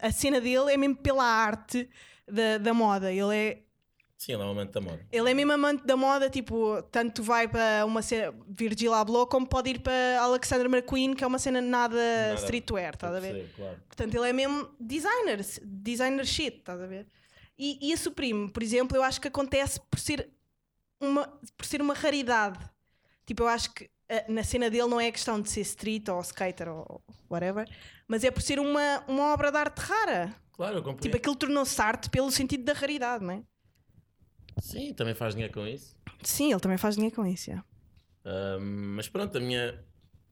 a, a cena dele é mesmo pela arte da, da moda. Ele é, Sim, ele é um amante da moda. ele é mesmo amante da moda, tipo, tanto vai para uma cena Virgil Abloh como pode ir para Alexander McQueen, que é uma cena nada, Nada. streetwear, estás a ver? Percebo, claro. Portanto, ele é mesmo designer, designer shit, estás a ver? E, e esse primo, por exemplo, eu acho que acontece por ser uma, por ser uma raridade. Tipo, eu acho que eh, na cena dele não é questão de ser street ou skater ou whatever, mas é por ser uma, uma obra de arte rara. Claro, eu compreendo. Tipo, aquilo tornou-se arte pelo sentido da raridade, não é? Sim, também faz dinheiro com isso. Sim, ele também faz dinheiro com isso. yeah. Ahm, mas pronto, a minha.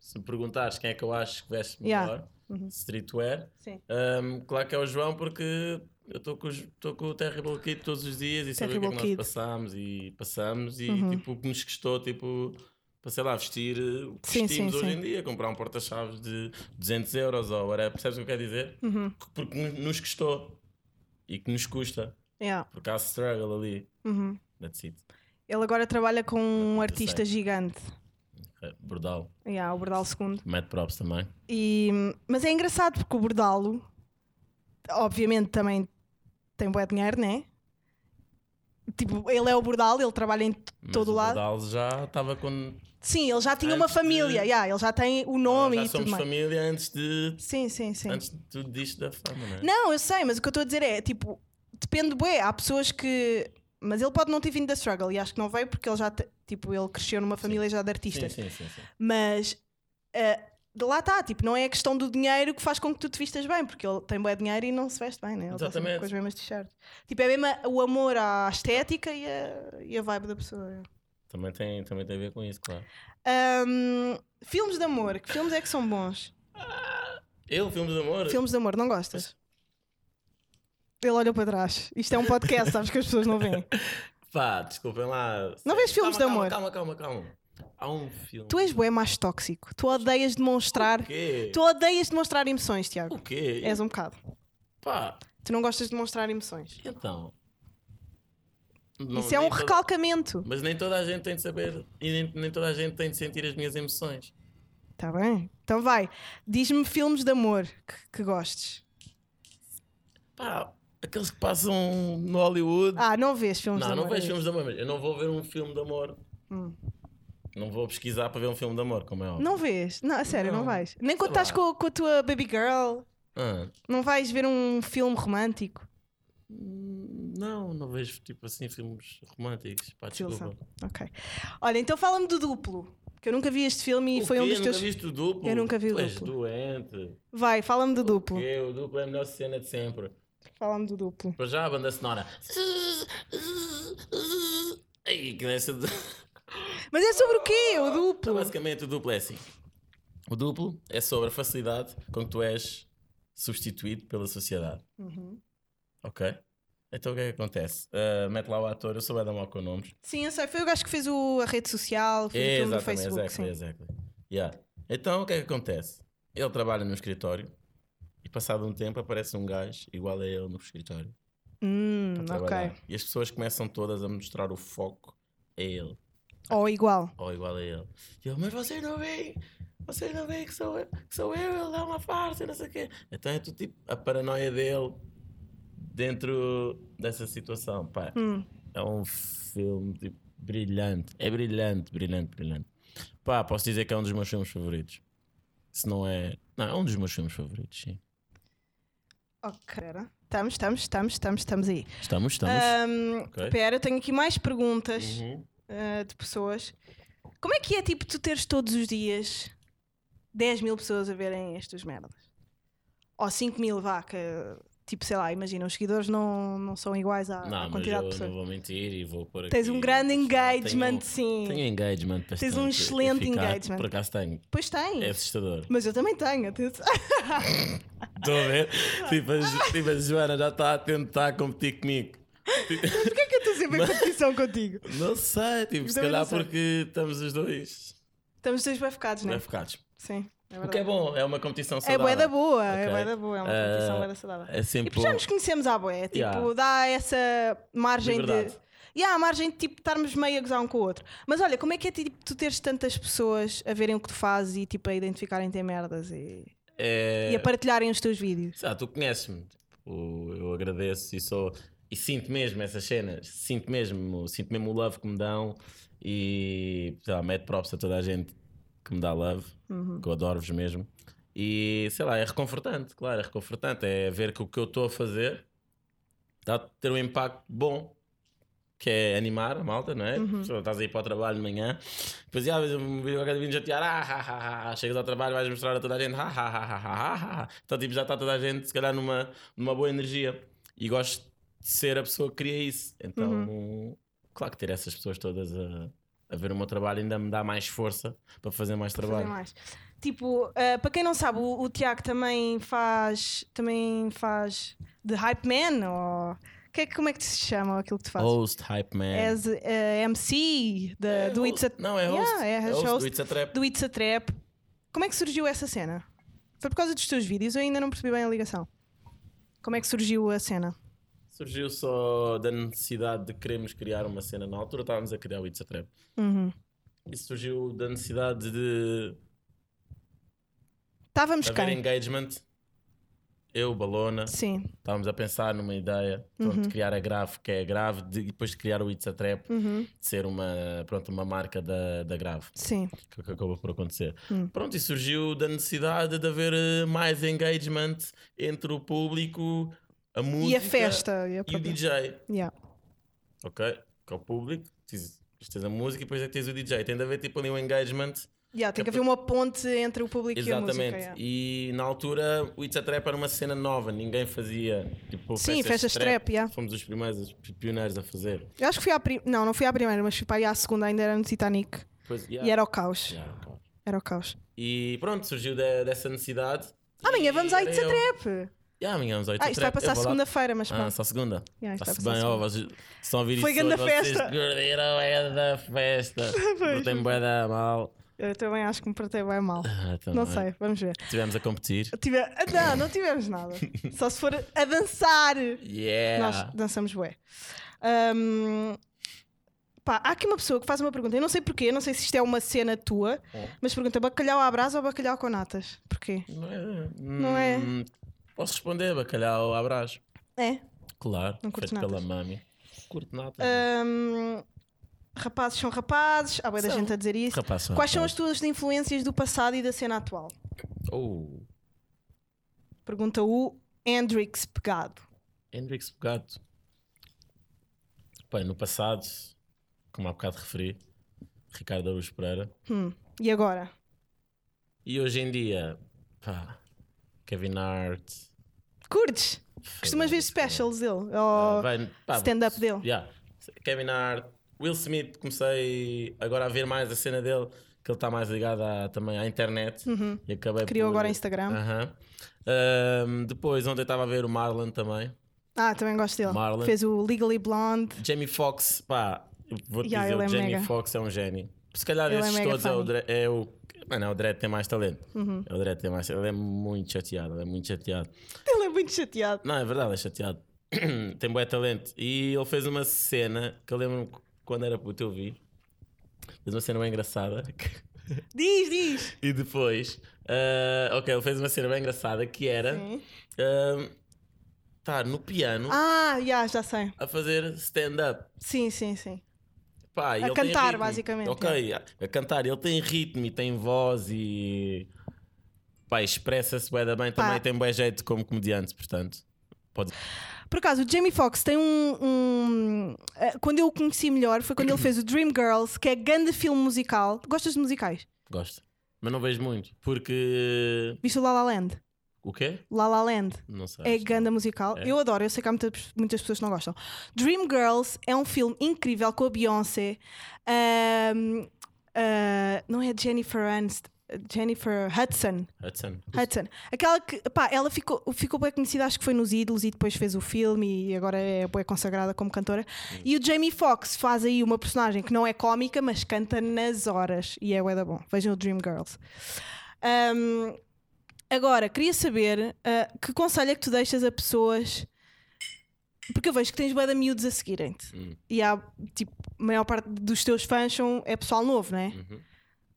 Se me perguntares quem é que eu acho que veste melhor, Yeah. Uhum. streetwear, Sim. ahm, claro que é o João, porque eu estou com, os- tô com o Terrible Kid todos os dias e sabe o que é que Terrible Kid. Uhum. nós passámos e passamos e tipo, o que nos custou, tipo. Para sei lá, vestir eh, o que Sim, vestimos sim, hoje sim. em dia, comprar um porta-chaves de 200 euros ou whatever, percebes o que eu quero dizer? Uhum. Que- Porque nos- nos custou e que nos custa, Yeah. porque há struggle ali. Uhum. That's it. Ele agora trabalha com um sei. artista gigante. É, Bordal. Yeah, o Bordal II. Mad props também. E, mas é engraçado porque o Bordalo, obviamente, também tem bué dinheiro, né? Tipo, ele é o Bordalo, ele trabalha em t- Mas todo o lado. Bordal já estava com. Sim, ele já tinha uma Antes de- família, yeah, ele já tem o nome Ah, já e tudo somos mais. família antes de. Sim, sim, sim. Antes de tudo disto da fama, não é? Não, eu sei, mas o que eu estou a dizer é, tipo, depende, bué, há pessoas que... Mas ele pode não ter vindo da struggle e acho que não veio porque ele já, te- tipo, ele cresceu numa família já de sim, artistas. sim, sim, sim. Mas eh, de lá está, tipo, não é a questão do dinheiro que faz com que tu te vistas bem, porque ele tem bué dinheiro e não se veste bem, né? Ele está sempre Exatamente. com as mesmas t-shirts. Tipo, é mesmo a- o amor à estética e a, e a vibe da pessoa. é. Também tem, também tem a ver com isso, claro. Ahm, filmes de amor, que filmes é que são bons? Eu, filmes de amor. Filmes de amor, não gostas? Ele olhou para trás. Isto é um podcast, sabes que as pessoas não veem. Pá, desculpem lá. Não vês filmes Calma, de Calma, calma, calma, calma. Há um filme. Tu és bué mais tóxico. Tu odeias demonstrar. O quê? Tu odeias demonstrar emoções, Tiago. O quê? És um bocado. Pá, Tu não gostas de demonstrar emoções. então. Não, Isso é um nem toda- recalcamento. Mas nem toda a gente tem de saber e nem, nem toda a gente tem de sentir as minhas emoções. Tá bem? Então vai. Diz-me filmes de amor que, que gostes. Pá, aqueles que passam no Hollywood. Ah, não vês filmes de não, amor? não vejo filmes de amor. mas Eu não vou ver um filme de amor. Hum. Não vou pesquisar para ver um filme de amor, como é óbvio. Não vês? Não, a sério, não, Não. vais. Nem quando Sei estás com, lá. com a tua baby girl, Ah, não vais ver um filme romântico. não, não vejo tipo assim filmes românticos. Pá, Desilusão. desculpa. Ok. Olha, então fala-me do duplo. Que eu nunca vi este filme e O foi quê? um dos nunca teus. viste o duplo? Eu nunca vi o Tu és duplo. doente. Vai, fala-me do duplo. Que o duplo é a melhor cena de sempre. Fala-me do duplo. Para já a banda sonora. Ei, que essa de- Mas é sobre o quê? O duplo? Então, basicamente, o duplo é assim. O duplo é sobre a facilidade com que tu és substituído pela sociedade. Uhum. Ok? Então o que é que acontece? Ah, mete lá o ator, eu sou bem da mal com nomes. Sim, eu sei. Foi o gajo que fez o, a rede social, fez o filme do Facebook. exactly, sim. exactly. Yeah. Então o que é que acontece? Ele trabalha no escritório e passado um tempo aparece um gajo igual a ele no escritório. Hum, a trabalhar. ok. E as pessoas começam todas a mostrar o foco a ele. Ou igual. ou igual a ele. E eu, mas vocês não veem, vocês não veem que sou eu, que sou eu ele dá uma farsa, e não sei o quê. Então é tudo tipo a paranoia dele dentro dessa situação, pá. Hum. É um filme tipo, brilhante, é brilhante, brilhante, brilhante. Pá, posso dizer que é um dos meus filmes favoritos. Se não é. Não, é um dos meus filmes favoritos, sim. Ok. Espera. Estamos, estamos, estamos, estamos, estamos aí. Estamos, estamos. Ahm, Ok. Espera, eu tenho aqui mais perguntas Uhum. ah, de pessoas. Como é que é, tipo, tu teres todos os dias 10 mil pessoas a verem estas merdas? Ou 5 mil, vá, que, tipo, sei lá, imagina, os seguidores não, não são iguais à, à Não, mas quantidade eu de pessoas. não vou mentir e vou pôr aqui. Tens um grande Tenho- um- engagement, sim. Tenho engagement. Tens um bastante excelente eficaz. engagement. Hum. Por acaso tenho. Pois tens. É assustador. Mas eu também tenho, atenção. Estou a ver? Tipo, a, Jo- tipo, a Joana já está a tentar competir comigo. Tipo, Porquê é que eu estou sempre em competição contigo? não sei, tipo, se Também não calhar sei. porque estamos os dois Estamos dois bem focados, não bem é? focados. Sim. É O que é verdade. bom, é uma competição É saudável. bué da boa, é Ok. bué da boa, é uma Eh, competição bué da saudável. É E porque sempre Tipo, já bom. nos conhecemos à boé, tipo, Yeah. dá essa margem Liberdade. de. E há a margem de tipo estarmos meio a gozar um com o outro. Mas olha, como é que é tipo, tu teres tantas pessoas a verem o que tu fazes e tipo a identificarem-te em merdas e, É... e a partilharem os teus vídeos? Sei lá, Ah, tu conheces-me. Tipo, Eu agradeço e sou. E sinto mesmo essas cenas. Sinto mesmo, sinto mesmo o love que me dão. E sei lá, mete props a toda a gente que me dá love, que eu adoro-vos mesmo. E sei lá, é reconfortante, claro, é reconfortante. É ver que o que eu estou a fazer está a ter um impacto bom. Que é animar a malta, não Uhum. é? Só Estás aí para o trabalho de manhã, depois ah, mas um vídeo qualquer vídeo chatear, ah, ah, ah, ah, chegas ao trabalho, vais mostrar a toda a gente, ah, ah, ah, ah, ah, ah, ah. Então, tipo, já está toda a gente, se calhar, numa, numa boa energia. E gosto de ser a pessoa que cria isso. Então, Uhum. claro que ter essas pessoas todas a, a ver o meu trabalho ainda me dá mais força para fazer mais Fazer trabalho. mais. Tipo, eh, para quem não sabe, o, o Tiago também faz. também faz de Hype Man ou. que é que- como é que se chama aquilo que tu fazes? Host, hype man. És eh, MC da- do It's a Não, é host. Yeah, é host do host. It's a Trap. do It's a Trap. Como é que surgiu essa cena? Foi por causa dos teus vídeos? Eu ainda não percebi bem a ligação. Como é que surgiu a cena? Surgiu só da necessidade de queremos criar uma cena. Na altura estávamos a criar o It's a Trap. Uhum. Isso surgiu da necessidade de Estávamos haver quem? engagement. Eu, Balona, Sim. estávamos a pensar numa ideia pronto, de criar a Grave, que é a Grave, de- e depois de criar o It's a Trap, Uhum. de ser uma, pronto, uma marca da, da Grave. Sim. que, que acabou por acontecer. Hum. Pronto, e surgiu da necessidade de haver eh, mais engagement entre o público, a música E a festa. E a e o própria- DJ. Yeah. Ok? Que é o público, tens, tens a música e depois é que tens o DJ. Tem de haver tipo ali um engagement. Yeah, tem que haver uma ponte entre o público Exatamente. e a música. é. yeah. E na altura o It's a Trap era uma cena nova, ninguém fazia tipo Sim, festas de trap, é. yeah. Fomos os primeiros, os pioneiros a fazer. Eu acho que fui à primeira. Não, não fui à primeira, mas fui para aí à segunda, ainda era no Titanic. Depois, yeah. E era o caos. Yeah, claro. Era o caos. E pronto, surgiu de- dessa necessidade. Amanhã vamos à E era It's a eu. Trap. Yeah, amanhã vamos ao It's Ah, a isto vai Trap. Eu passar vou lá- segunda-feira, mas Ah, pronto. só segunda. Yeah, isto Está-se vai bem, passar ó, vocês estão a ouvir Foi isso grande hoje, vocês festa. Gorderam é da festa. Não tem bué da mal. Eu também acho que me tratei bem mal. Ah, então, Não olha, sei, vamos ver. Estivemos a competir. Tive- Ah, Não, não tivemos nada. Só se for a dançar. Nós Yeah! dançamos bué. Ahm, pá, há aqui uma pessoa que faz uma pergunta. Eu não sei porquê, não sei se isto é uma cena tua, É. mas pergunta bacalhau à brasa ou bacalhau com natas? Porquê? Não é? Não é? Hum, Posso responder, bacalhau à brás. É. Claro, Não curto feito pela natas. Ah, mami. Curto nada. Ahm, rapazes são rapazes. Há bué da São. gente a dizer isso. Rapaz, Quais são as tuas influências do passado e da cena atual? Oh, Pergunta o Hendrix Pegado. Hendrix Bocado. Bem, no passado, como há bocado referi, Ricardo Araújo Pereira. Hum, E agora? E hoje em dia, pá, Kevin Hart. Curtes? Costumas ver specials dele? Ou- Ah, Vai- stand-up dele. yeah. Kevin Hart, Will Smith, comecei agora a ver mais a cena dele, que ele está mais ligado à- também à internet. E acabei Uhum. Criou por- agora Instagram. Aham. Ahm, depois, ontem estava a ver o Marlon também. Ah, também gosto dele. Marlon. Fez o Legally Blonde. Jamie Foxx, pá, eu vou-te Yeah, ele dizer, é o Jamie mega. Foxx é um gênio. Se calhar Ele é esses mega Uhum. todos é o, funny. Dre, é o. Mano, é o Dredd tem mais talento. É o Dredd tem mais Ele é muito chateado, ele é muito chateado. Ele é muito chateado. Não, é verdade, é chateado. Tem bué talento. E ele fez uma cena que eu lembro-me que quando era puto eu vi. Fez uma cena bem engraçada. que- Diz, diz. e depois. ah, ok, ele fez uma cena bem engraçada que era. ah, estar no piano Ah, já, já sei. a fazer stand-up. Sim, sim, sim. Pá, e ele tem cantar, ritmo. basicamente, é. Ok, a cantar. Ele tem ritmo e tem voz e. Pá, expressa-se bué da bem Pá. também. Tem bué jeito como comediante, portanto. Pode... Por acaso, o Jamie Foxx tem um. um- ah, quando eu o conheci melhor foi quando ele fez o Dream Girls, que é grande filme musical. Gostas de musicais? Gosto. Mas não vejo muito. Porque. Viste o La La Land? O quê? La La Land. Não sei. É ganda musical. É. Eu adoro, eu sei que há muita- muitas pessoas que não gostam. Dream Girls é um filme incrível com a Beyoncé. Ahm, ah, não é Jennifer Aniston, Jennifer Hudson. Hudson. Hudson. Aquela que, pá, ela ficou, ficou bem conhecida, acho que foi nos Ídolos e depois fez o filme e agora é bem consagrada como cantora. E o Jamie Foxx faz aí uma personagem que não é cómica, mas canta nas horas e é bué da bom. Vejam o Dream Girls. Ahm, agora, queria saber ah, que conselho é que tu deixas a pessoas. Porque eu vejo que tens bué da miúdos a seguirem-te. Hum. E há, tipo, a maior parte dos teus fãs são, é pessoal novo, não é? Uhum.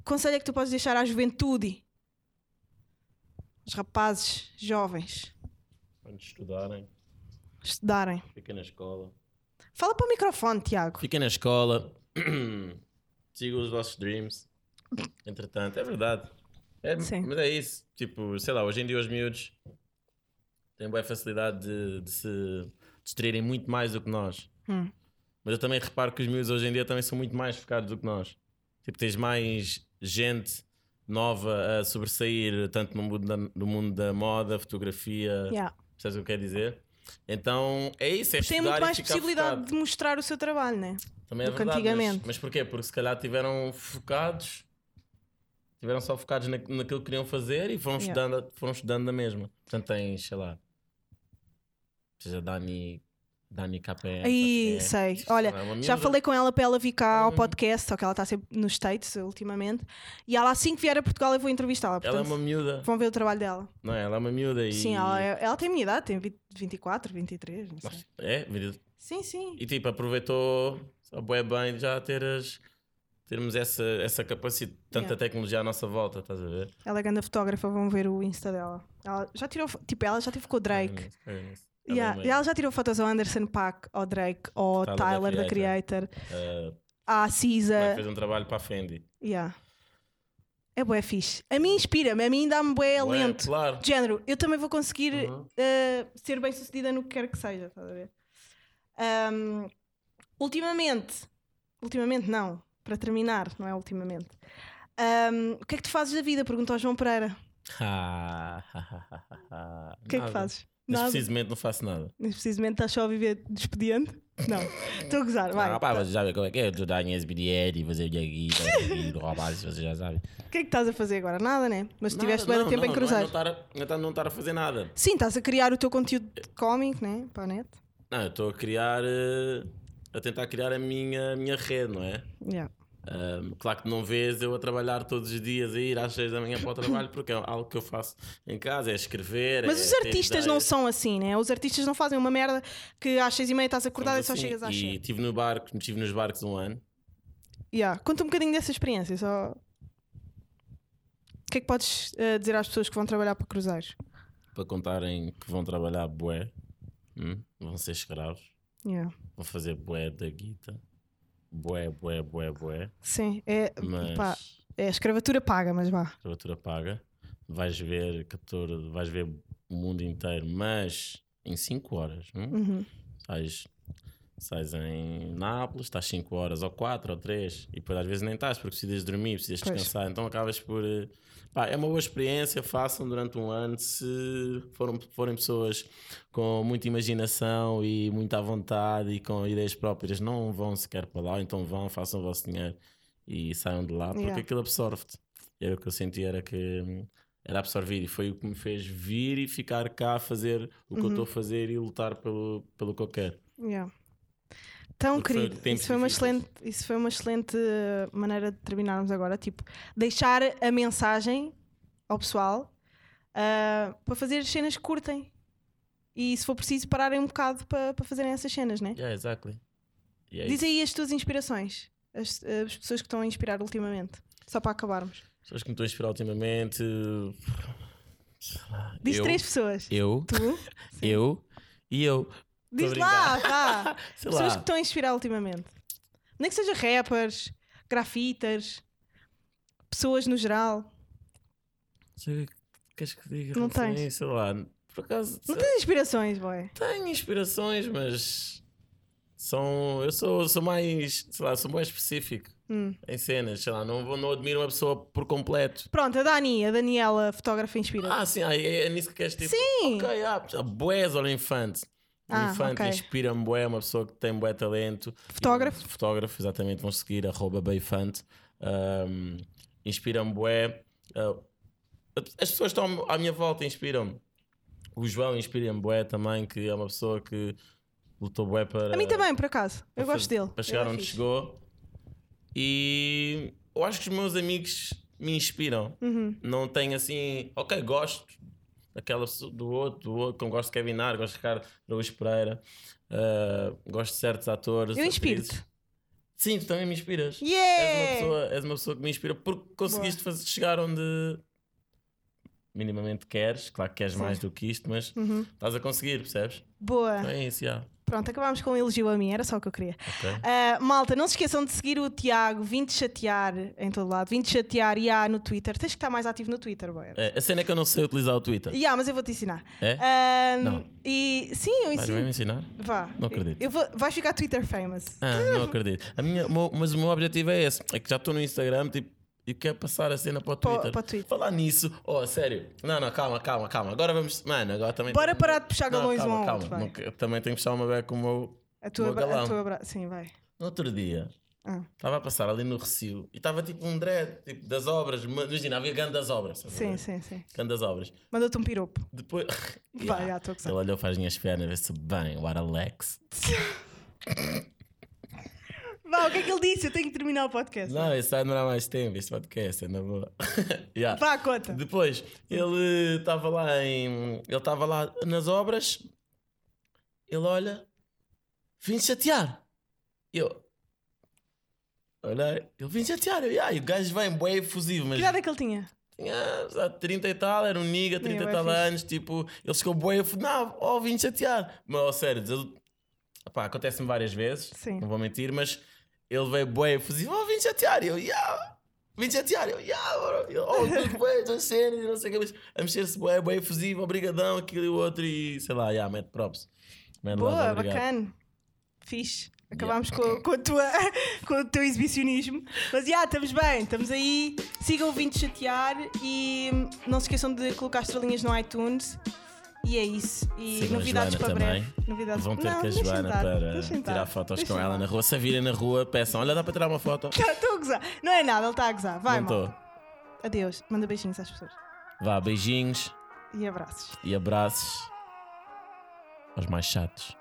conselho é que tu podes deixar à juventude? Os rapazes jovens Quando estudarem, estudarem. fiquem na escola. Fala para o microfone, Tiago. Fiquem na escola. Sigam os vossos dreams. Entretanto, é verdade. É, Sim. Mas é isso. Tipo, sei lá, hoje em dia os miúdos têm boa facilidade de, de se distraírem muito mais do que nós. Hum. Mas eu também reparo que os miúdos hoje em dia também são muito mais focados do que nós. Tipo, tens mais gente nova a sobressair tanto no mundo da, no mundo da moda, fotografia. Yeah. Percebes o que eu quero dizer? Então é isso, é Tem estudar muito e mais ficar possibilidade focado. de mostrar o seu trabalho, né? Também é do que verdade, antigamente. Mas, mas porquê? Porque se calhar tiveram focados, tiveram só focados na, naquilo que queriam fazer e foram, Yeah. estudando, foram estudando na mesma. Portanto, tens, sei lá, seja Dani Dani KPM. Aí, sabes quem é? sei. Olha, é uma já miúda. falei com ela para ela vir Uhum. cá ao podcast, só que ela está sempre nos States ultimamente. E ela, assim que vier a Portugal, eu vou entrevistá-la. Ela é portanto, uma miúda. Vão ver o trabalho dela. Não, ela é uma miúda e. Sim, ela, é- ela tem a minha idade, tem 20, 24, 23, não sei. Nossa, É, vida- Sim, sim. E tipo, aproveitou a bué bem já ter as- termos essa, essa capacidade, tanta Yeah. tecnologia à nossa volta, estás a ver? Ela é grande fotógrafa, vão ver o Insta dela. Ela já tirou, fo- tipo, ela já teve com o Drake. É, é, é. Yeah, Ela é e ela já tirou fotos ao Anderson Paak, ao Drake, ao Tyler, Tyler, da da Creator, uma- à ela Cisa. fez um trabalho para a Fendi. Yeah. É bué fixe. A mim inspira-me, a mim dá-me bué Ué, é lento. é? Claro. De género, eu também vou conseguir Uhum. eh, ser bem sucedida no que quer que seja, estás a ver? Ahm, ultimamente, ultimamente não, para terminar, não é ultimamente. Ahm, o que é que tu fazes da vida? Pergunta ao João Pereira. O O que é que fazes? Mas Nada. precisamente não faço nada. Mas precisamente estás só a viver de expediente? Não. Estou a gozar, vai. tá. Ah, pá, vocês sabem como é que é? Eu dar em SBDR e fazer aqui, e roubar, vocês já sabem. O que é que estás a fazer agora? Nada, né? Mas Nada, tiveste bem não, tempo não, é em cruzar. Não estar a- não estar- não estar a fazer nada. Sim, estás a criar o teu conteúdo cómico, né? Para a net. Não, eu estou a criar. eh, a tentar criar a minha, a minha rede, não é? Yeah. Ahm, claro que não vês eu a trabalhar todos os dias, a ir às 6 da manhã para o trabalho, porque é algo que eu faço em casa, é escrever. Mas é os ter artistas não ideias. são assim, né? Os artistas não fazem uma merda que às seis e meia estás acordado e só Assim, chegas às E seis. estive no barco, estive nos barcos um ano. Yeah. Conta um bocadinho dessa experiência, só. O que é que podes eh, dizer às pessoas que vão trabalhar para cruzeiros? para contarem que vão trabalhar bué, hum, vão ser escravos, Yeah. vão fazer bué da guita, bué, bué, bué, bué, Sim, é, mas pá, é escravatura paga, mas vá. escravatura paga, vais ver 14, vais ver o mundo inteiro, mas em 5 horas, hum? Uhum. sais, sais em Nápoles, estás 5 horas, ou 4, ou 3, e depois às vezes nem estás, porque precisas dormir, precisas Pois. descansar, então acabas por. eh, pá, é uma boa experiência, façam durante um ano, se foram, forem pessoas com muita imaginação e muita à vontade e com ideias próprias, não vão sequer para lá, então vão, façam o vosso dinheiro e saiam de lá, porque Yeah. aquilo absorve-te. Era o que eu senti, era que. hum, Era absorvido e foi o que me fez vir e ficar cá a fazer o que eu Uhum. estou a fazer e lutar pelo, pelo que eu quero. Yeah. Então, Porque foi querido, tempos isso foi, uma difíceis. excelente, isso foi uma excelente eh, maneira de terminarmos agora. Tipo, deixar a mensagem ao pessoal ah, para fazer as cenas que curtem. E se for preciso, pararem um bocado para, para fazerem essas cenas, né? Yeah, exactly. E é Diz isso. aí as tuas inspirações. As, uh, as pessoas que estão a inspirar ultimamente. Só para acabarmos. Pessoas que me estão a inspirar ultimamente. sei lá, Diz eu, três pessoas. Eu, Tu? eu e eu. Diz lá, brincando. vá. Sei pessoas que lá. estão a inspirar ultimamente. Nem que seja rappers, grafiters, pessoas no geral. Sei- Queres que diga? Não sei, tens. Sei lá. Por acaso. Não sei- tens inspirações, boy. Tenho inspirações, mas. São. Eu sou, sou mais. Sei lá, sou mais específico Hum. em cenas. Sei lá, não, vou- não admiro uma pessoa por completo. Pronto, a Dani, a Daniela, fotógrafa inspira. Ah, sim, ah, é, é nisso que queres tipo. Sim! Ok, ah, a bué Zola Infante. O Ah, Infante ok. inspira-me bué, é uma pessoa que tem bué talento. Fotógrafo. E, fotógrafo, exatamente, vão seguir, arroba Beifante. Ahm, inspira-me bué. Ah, as pessoas que estão à minha volta, inspiram-me. O João inspira-me bué também, que é uma pessoa que lutou bué para... A mim também, por acaso. Eu gosto dele. Eh, Para chegar Ele é onde fixe. chegou. E eu acho que os meus amigos me inspiram. Uhum. Não tenho assim, ok, gosto daquela pessoa- do outro, do outro, como gosto de Kevin Hart, gosto de Ricardo Luís Pereira, ah, gosto de certos atores. Eu atrizes. inspiro-te. Sim, tu também me inspiras. És, uma Yeah! pessoa, és uma pessoa que me inspira porque conseguiste fazer, chegar onde minimamente queres. Claro que queres mais do que isto, mas Uhum. estás a conseguir, percebes? Boa. Então é isso, já. Pronto, acabámos com um elogio a mim, era só o que eu queria. Ok. Ah, malta, não se esqueçam de seguir o Tiago, vinte chatear em todo lado, vinte chatear e há no Twitter. Tens que estar mais ativo no Twitter, boy. É, a cena é que eu não sei utilizar o Twitter. Yeah, mas eu vou te ensinar. É? Ah, Não. E É, sim, eu Vais mesmo ensino. ensinar? Vá. Não acredito. Eu vou, vais ficar Twitter famous. Ah, não acredito. A minha, o meu- mas o meu objetivo é esse. É que já estou no Instagram tipo, e quero passar a cena para o Para o- Twitter. para o Twitter. Falar nisso. Oh, sério. Não, não, calma, calma, calma. Agora vamos. Mano, agora também. Bora tenho- parar de puxar Não, galões calma, um ao calma. outro, vai. Não que- também tenho que puxar uma beca com o meu. A tua, Meu bra- a galão. tua bra- Sim, vai. No outro dia, Ah. Estava a passar ali no Recio e estava tipo um dread, tipo das obras. ma- Imagina, havia grande das obras. estás a Sim, ver? sim, sim. Grande das obras. Mandou-te um piropo. Depois. Vai, já estou a Ele gozar. olhou para as minhas pernas, vê-se bem, o Alex. Vá, o que é que ele disse? Eu tenho que terminar o podcast. Não, isso vai demorar mais tempo, este podcast, é na boa. yeah. Vá, conta. Depois, ele estava lá em. Ele estava lá nas obras, ele olha, vim chatear. Eu. Olhei, ele vim chatear. Eu, "Ya", e o gajo vem, bué efusivo, mas Que idade é que ele tinha? tinha sei lá, 30 e tal, era um nigga, 30 bué e tal fixe. anos, tipo, ele chegou bué efusivo, não, ó, vim chatear. Mas, ó, sério, ele- pá, acontece-me várias vezes, Sim. não vou mentir, mas ele veio bué efusivo, ó, vim chatear. E Eu, yeah. Vim chatear, eu, yeah, bro. Eu, oh, tudo bem, estou sério, e não sei o que, mas a mexer-se, bué, bué efusivo, obrigadão, aquilo e o outro, e sei lá, yeah, mete props. Mete Boa, logo, obrigado. bacana. Fixe. Acabámos com, com, a tua, com o teu exibicionismo. Mas já, estamos bem, estamos aí. Sigam o Vinte Chatear e hum, não se esqueçam de colocar estrelinhas no iTunes. E é isso. E Sigam a novidades para Joana breve. também. Novidades Vão ter não, que a deixem Joana estar, para deixem estar, tirar fotos deixem com ela estar. na rua. Se a virem na rua, peçam, olha, dá para tirar uma foto? Tá, Estou a gozar. Não é nada, ele está a gozar. Vai, não mal. estou. Adeus. Manda beijinhos às pessoas. Vá, beijinhos. E abraços. e abraços aos mais chatos.